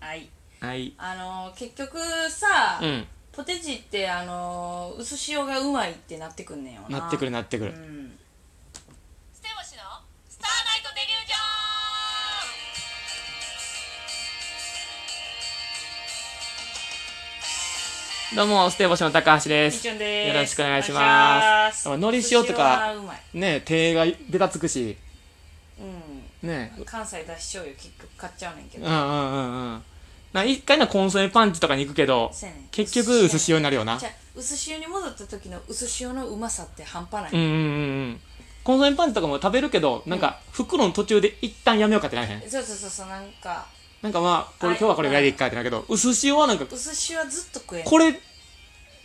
はいはいあのー結局さ、うんポテチってあのー薄塩がうまいってなってくんねんよななってくるなってくうる、んステボシのスターナイトデリュージョどうもステーボシの高橋でみすちゅんですよろしくお願いしますおの願いりしま塩すと薄か塩はうまいね手がべたつくしうねん関西だし醤油結局買っちゃうねんけうんど、うんうんうんな一回なコンソメパンチとかに行くけどそうやねん結局薄やねん塩になるよなじゃあ薄塩に戻った時の薄塩のうまさって半端ない、うんうんうんうんコンソメパンチとかも食べるけどなんか袋の途中で一旦やめようかってならへんそうそうそうそうなんかなんかまあこれはい今日はこれぐらいでいっかってなるけど薄塩はなんか薄塩はずっと食えんこれ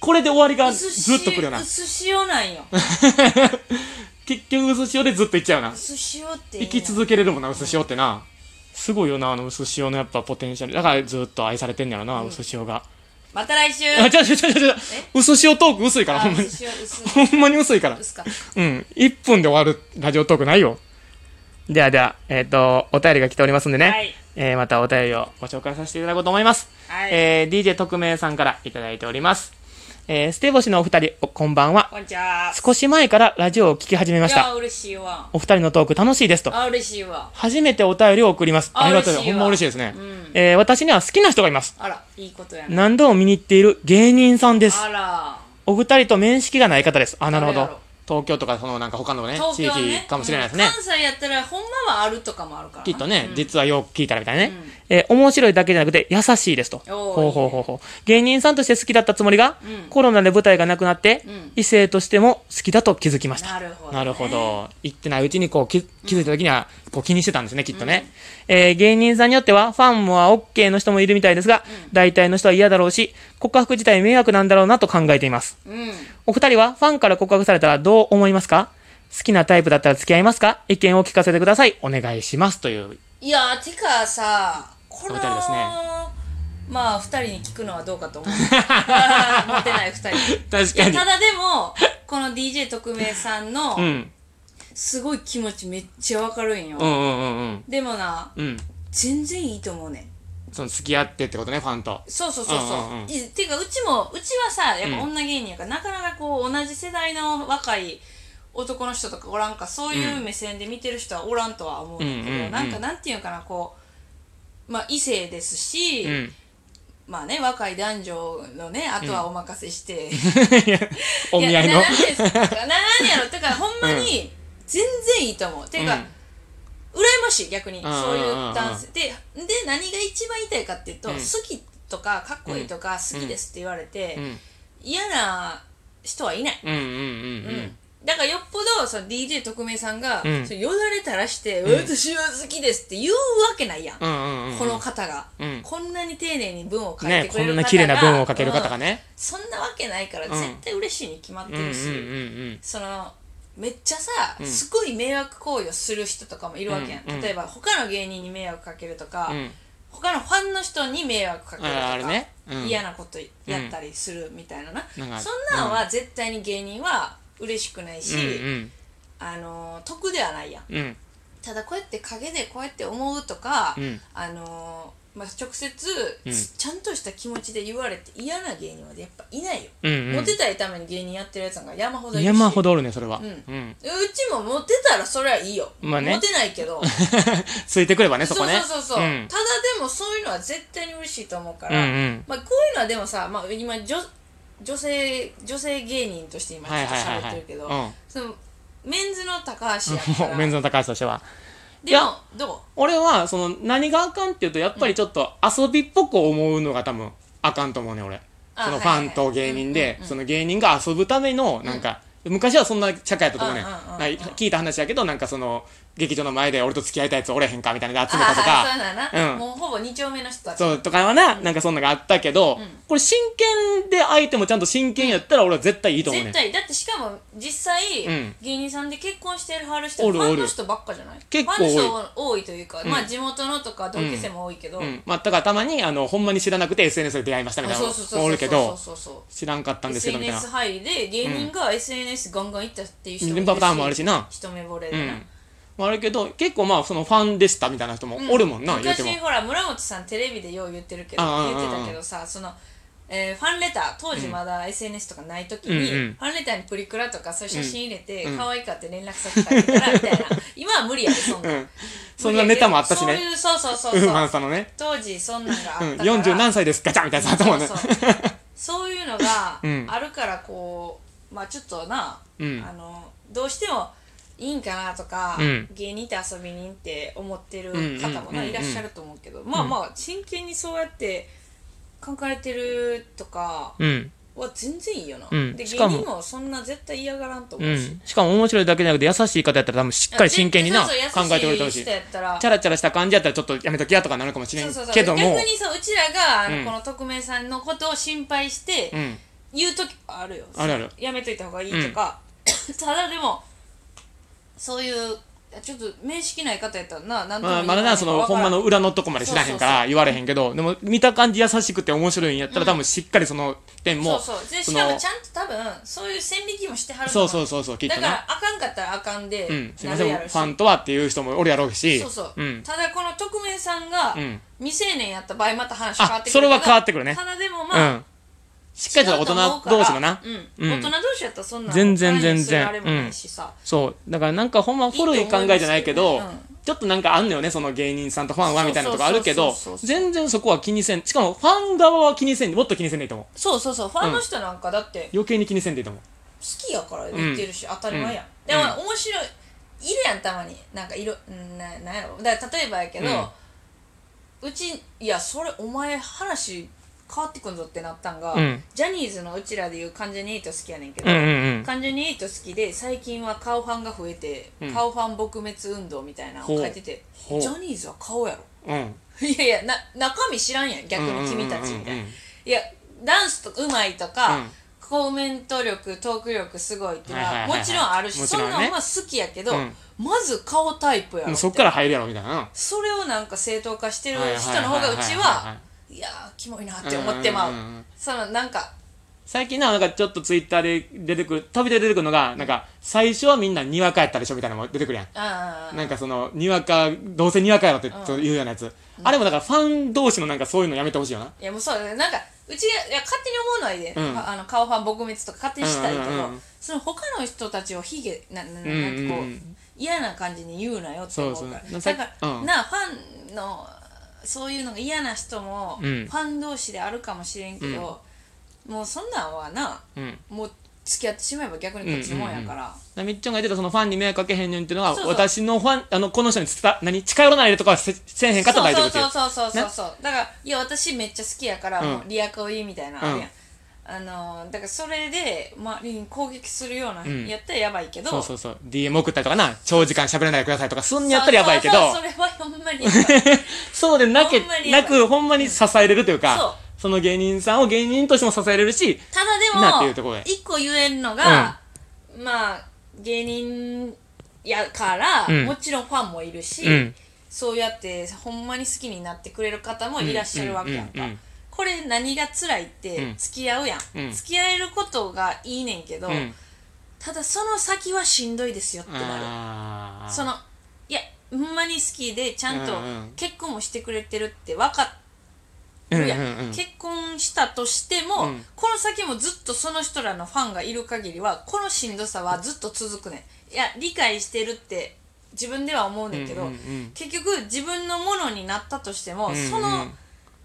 これで終わりがず薄塩っとくるよな薄塩なん よ結局薄塩でずっといっちゃうな薄塩って生き続けれるもんな薄塩ってなすごいよなあの薄塩のやっぱポテンシャルだからずっと愛されてんやろな薄塩がまた来 週あちゃうちゃうちゃうちゃう薄塩トーク薄いからあほんまに薄塩薄ほんまに薄いから薄かうん1分で終わるラジオトークないよではではえっ、とお便りが来ておりますんでね、はいえーまたお便りをご紹介させていただこうと思います、はいえー DJ 特命さんからいただいております、えー、ステボシのお二人おこんばんはこんにちは少し前からラジオを聞き始めまいしやた嬉しいわお二人のトーク楽しいですとあ嬉しいわ初めてお便りを送ります。あありがとう。嬉しいほわんま嬉しいですね、うんえー私には好きな人がいます。あらいいことやな何度も見に行っている芸人さんです。あらお二人と面識がない方です。あ、なるほ誰やろど。東京とか、そのなんか他のね、東地京はね域かもしれないですね。うん関西やったらほんまはあるとかもあるからなきっとね、実はよく聞いたらみたいなね。えー面白いだけじゃなくて優しいですと。おーほうほうほうほう。芸人さんとして好きだったつもりが、うんコロナで舞台がなくなって、うん異性としても好きだと気づきました。なるほどねなるほど。行ってないうちにこう気気づいた時にはこう気にしてたんですね、きっとね。えー芸人さんによってはファンもは OK の人もいるみたいですが、大体の人は嫌だろうし、告白自体迷惑なんだろうなと考えています。うんお二人はファンから告白されたらどう思いますか好きなタイプだったら付き合いますか意見を聞かせてください。お願いします。という。いやてかさこのお二人ですねまあ二人に聞くのはどうかと 思うあーモテない二人確いやただでもこの DJ 特命さんのうん。すごい気持ちめっちゃわかるんよ、うんうんうんうん。でもなうん。全然いいと思うねんその付き合ってってことね、ファンと。そうそうそうそう,、うんうんうんいていうかうちもうちはさやっぱ女芸人やから、なかなかこう同じ世代の若い男の人とかおらんかそういう目線で見てる人はおらんとは思うんだけど、うんうんうんなんかなんていうのかなこうまあ異性ですし、うん。まあね若い男女のねあとはお任せして、お見合いのや。ななんていうんですかななんやろだからほんまに全然いいと思う、ていうか、うん羨ましい逆にうんうんうんうんそういう男性でで何が一番言いたいかっていうと、うん好きとかかっこいいとか好きですって言われて、うん。嫌な人はいない、うんうんうんうん。だからよっぽどその DJ 特命さんが、うんそのよだれ垂らして、私は好きです」って言うわけないやん、うんうんうんうん。この方が、うんこんなに丁寧に文を書いねて、くこれる方が、んな綺麗な文を書ける方がうんね。そんなわけないから絶対嬉しいに決まってうんうんうんるし、うん。そのめっちゃさ、んすごい迷惑行為をする人とかもいるわけやん、うんうん例えば他の芸人に迷惑かけるとか、うん他のファンの人に迷惑かけるとあかあるねうん嫌なことやったりするみたいなな、うんなんかそんなんは絶対に芸人は嬉しくないし、うんあのー得ではないやんうんうんただこうやって影でこうやって思うとか、うんあのーまあ、直接、うんちゃんとした気持ちで言われて嫌な芸人はやっぱいないよ、うんうモんテたいために芸人やってるやつなんか山ほどいるし山ほどおるねそれはううんんうちもモテたらそれはいいよ、まあねモテないけどついてくれば ねそそこうねそうそうそう、んただでもそういうのは絶対に嬉しいと思うかうんうら、んまあ、こういうのはでもさ、まあ、今女女性女性芸人として今ちょはっいとはいは喋いはってるいけど、うんそのメンズの高橋やか もらうメンズの高橋としてはでもど俺はその何があかんっていうとやっぱりちょっと遊びっぽく思うのが多分あかんと思うね俺あそのフはいはいァンと芸人でその芸人が遊ぶためのなんか昔はそんな社会やったと思うねんうんうんうんうんなんか聞いた話やけどなんかその劇場の前で俺と付き合いたいやつおれへんかみたいなうので集めたとあかー そうやな、うんもうほぼ2丁目の人たちそうとかはな、なんかそんなのがあったけど、これ真剣で相手もちゃんと真剣やったら俺は絶対いいと思うね絶ん。対だってしかも実際、うん芸人さんで結婚してるはる人おるおるファンの人ばっかじゃない結構ファンの人多いというか、まあ地元のとか同級生も多いけど、うん。まあ、だからたまに、あの、ほんまに知らなくて SNS で出会いましたみたいなそうそうそうそのもおうるけど、そうそうそう知らんかったんですけどみたいな SNS。入りで芸人が SNS ガンガン行ったっていう人もいるしうんパターンもあるしな一目惚れでな、うんもあるけど結構まあそのファンでしたみたいな人もおるもんな、言うても昔ほら村本さんテレビでよう言ってるけどああ言ってたけどさその、えーファンレター当時まだ SNS とかない時に、うんうんファンレターにプリクラとかそういう写真入れて、うん可愛かって連絡先書いてからみたいな 今は無理やでそんうなんんそんなネタもあったしそうねいうそうそうそうウそーマンうさんのね当時そんなんがあったから、うん、40何歳ですガチャンみたいなやつあったもんねそうそう そういうのがうんあるからこう、まあちょっとな、うんあのどうしてもいいんかなとか、うん芸人って遊び人って思ってるうんうん方もうんなうんいらっしゃると思うけど、まあまあ真剣にそうやって考えてるとかうんは全然いいよな、うんで芸しかも人もそんな絶対嫌がらんとう思うし、ん、しかも面白いだけじゃなくて優しい方やったら多分しっかり真剣にな考絶対そうそうえてくれてほしい優しい人やったらチャラチャラした感じやったらちょっとやめときやとかなるかもしれそんうそうそうけども逆にさうちらがあの、うんこの匿名さんのことを心配して、うん言う時あるよあるあるやめといた方がいいとか、 ただでもそういうちょっと面識ない方やったらななんともまあ、言いまだなようそのわかほんらまの裏のとこまで知らへんかそうそうら言われへんけどでも見た感じ優しくて面白いんやったら多分しっかりその点もそうそうでそしのかもちゃんと多分そういう線引きもしてはるとそ思うそうそうそうきっだとかならあかんかったらあかんで、うんすいなませるんやフろしァンとはっていう人もおるやろうしそうそう、んただこの匿名さんがうん未成年やった場合また話変わってくるけどあそれは変わってくるねただでもまうあ、んしっかりと大人同士がなうんうん大人同士やったらそんな全然全然お金にするあれもないしさ、そうだからなんかほんま古い考えじゃないけいいどと思いますちょっとなんかあんのよねその芸人さんとファンはみたいなとこあるけそどうそうそうそうそう全然そこは気にせんしかもファン側は気にせんでもっと気にせんでいいと思うそうそうそうファンの人なんかだって余計に気にせんでいいと思う好きやから言ってるし、当たり前やん、んでうも面白いいるやんたまになんかいろんななんやろだから例えばやけど、うちいやそれお前話変わってくんぞってなったんが、うんジャニーズのうちらでいう関ジャニエイト好きやねんけど、うんうんうん関ジャニエイト好きで最近は顔ファンが増えて、ん顔ファン撲滅運動みたいなのを書いててジほうャニーズは顔やろうんいやいやな中身知らんやん逆に君たちみたいな、いやダンスとうまいとか、うんコメント力トーク力すごいっていうのはいははいはいはいもちろんあるし、もちそんろんなねんは好きやけど、うんまず顔タイプやろもっうてそっから入るやろみたいなそれをなんか正当化してるはいはいはい人のはい方がはいうちはいやーキモいなって思ってまう,、うんうんうんうんそのなんか最近ななんかちょっとツイッターで出てくる飛びで出てくるのがなんか最初はみんなにわかやったでしょみたいなのも出てくるやんあーなんかそのにわかどうせにわかやろってそういうようなやつあれもだからファン同士のなんかそういうのやめてほしいよないやもうそうだねなんかうちがいや勝手に思うのはいいで、うんああの顔ファン撲滅とか勝手にしたいけど、うんうんうんその他の人たちを卑下なななんかこう、うんうんうん嫌な感じに言うなよって思うからそうそうだから、うんなあファンのそういうのが嫌な人も、うんファン同士であるかもしれんけど、もうそんなんはなうんもう付き合ってしまえば逆にこっちのもんやから、みっちょんが言ってたそのファンに迷惑かけへんねんっていうのはそうそう私のファンあのこの人に伝何近寄らないでとかはせせえへんかったら大丈夫っていうそうそうそうそうそうそうだからいや私めっちゃ好きやから、うんもうリアカウイみたいなのあるやん、あのーだからそれで周りに攻撃するようなうんやったらやばいけど、そうそうそう DM 送ったりとかな長時間喋らないでくださいとかすんにやったらやばいけどそうそうそうそれはほんまにやばいそうでなけほんまにやなばいくほんまに支えれるというか、そうその芸人さんを芸人としても支えれるしたなんていだ うでとこもで一個言えるのが、まあ芸人やから、うんもちろんファンもいるし、うんそうやってほんまに好きになってくれる方もいらっしゃるわけやんうんうんかうんうんこれ何が辛いっうてん付き合うやん、うん付き合えることがいいねんけど、うんただその先はしんどいですよってなるあーそのいやほんまに好きでちゃんとうんうん結婚もしてくれてるって分かるやん,、うんうんうん結婚したとしても、うんこの先もずっとその人らのファンがいる限りはこのしんどさはずっと続くねんいや理解してるって自分では思うねんけど、うんうんうん結局自分のものになったとしても、んうんその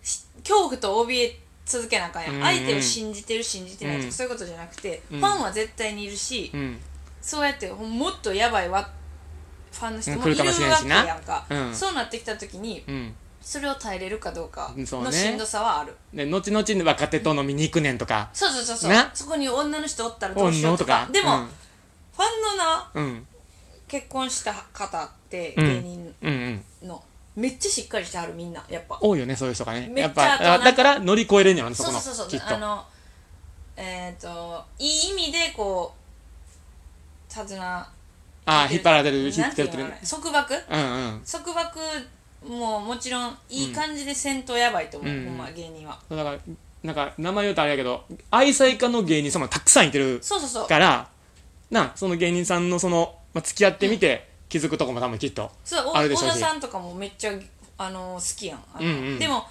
し恐怖と怯え続けなあかんやん、うんうん相手を信じてる信じてないとか、うんそういうことじゃなくて、んファンは絶対にいるし、うんそうやってほんもっとやばいわファンの人もい来るるかもしれんわしけなやんか、うんそうなってきた時にうんそれを耐えれるかどうかそうねのしんどさはあるで後々若手と飲みに行くねんとかそう,、そうそうそうなそこに女の人おったらどうし女ようととかかでも、うんファンのなうん結婚した方ってうん芸人うんうんの、めっちゃしっかりしてはるみんなやっぱ多いよねそういう人がねめやっっちゃぱあとなんあかだから乗り越えれんやろねそそこうのそうそうきそうっあとのえっ、といい意味でこう手綱あー引っ張られてる引っなん張ていらうれてのるあれ束縛うんうん束縛ももちろんいい感じで戦闘やばいと思う、うんほんま芸人はだからなんか名前言うとあれやけど愛妻家の芸人様たくさんいてるそうそうそうからなその芸人さんのその、まあ、付き合ってみて、気づくとこも多分きっと。そうおある小でしょうし田さんとかもめっちゃあの好きやんあの、うんうんでも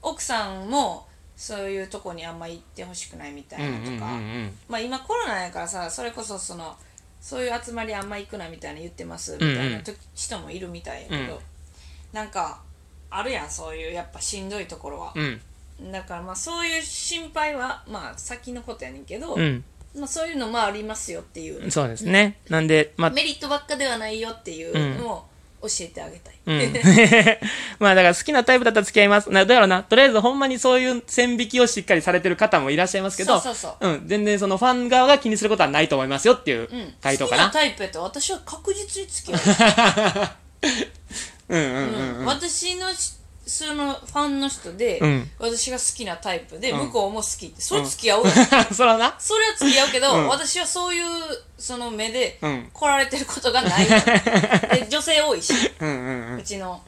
奥さんもそういうとこにあんま行ってほしくないみたうんいうなんとうか、んうん。まあ今コロナやからさそれこそそのそういう集まりあんま行くなみたいな言ってますみんうんたいなと、人もいるみたいやけど、うんなんかあるやんそういうやっぱしんどいところはう、ん。だからまあそういう心配はまあ先のことやねんけど、うん。まあ、そういうのもありますよっていう、そうですね。なんで、まあ、メリットばっかではないよっていうのを教えてあげたい、 うん まあだから好きなタイプだったら付き合います。なだからな、とりあえずほんまにそういう線引きをしっかりされてる方もいらっしゃいますけど、そうそううん、全然そのファン側が気にすることはないと思いますよっていううん、回答好かなき。なタイプやったら私は確実に付き合うんうんう、うん私のしそのファンの人で、うん私が好きなタイプで、ん向こうも好きってそれ付き合うよ、 うん。そらな。それは付き合うけど、うん私はそういうその目でうん来られてることがない、 で女性多いしうんうんうん。うちの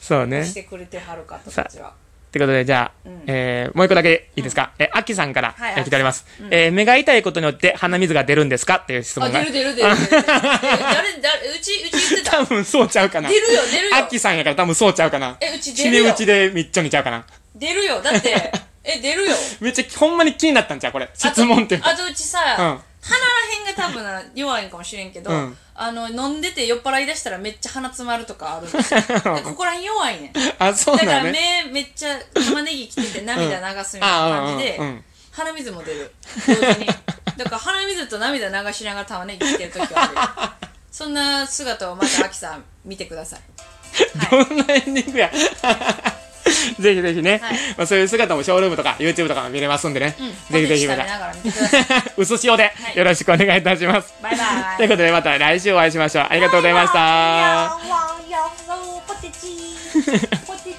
そう ね。してくれてはる方たちはということで、じゃあ、うんえーもう一個だけいいですか。え、アッキーさんから、はいえー来ております。えー目が痛いことによって鼻水が出るんですかっていう質あ問が。出る出る出る出 るえ誰誰うちうち言ってた多分そうちゃうかな。出るよ出るよアッキーさんやから多分そうちゃうかな。えうち決出めるよ打ちでめっちゃ見ちゃうかな。出るよだって え出るよめっちゃ、ほんまに気になったんじゃうこれ。質問っていうあか。とあとうちさ、うん鼻らへんが多分な弱いんかもしれんけど、うんあの飲んでて酔っ払い出したらめっちゃ鼻詰まるとかあるんですよここらへん弱いねんだあ、 そうかならんね。目めっちゃ玉ねぎ切ってて涙流すみたいな感じで、うんあーうんうんうん鼻水も出る同時にだから鼻水と涙流しながら玉ねぎ切ってる時はあ るそんな姿をまたアキさん見てくださいどんなエンディングや。 ぜひぜひね、はいまあ、そういう姿もショールームとか YouTube とかも見れますんでね、ぜひぜひポまテチ食べたな がら見てください薄塩でよろしくお願いいたします、バイバイということで また来週お会いしましょうありがとうございました汪汪洋路不得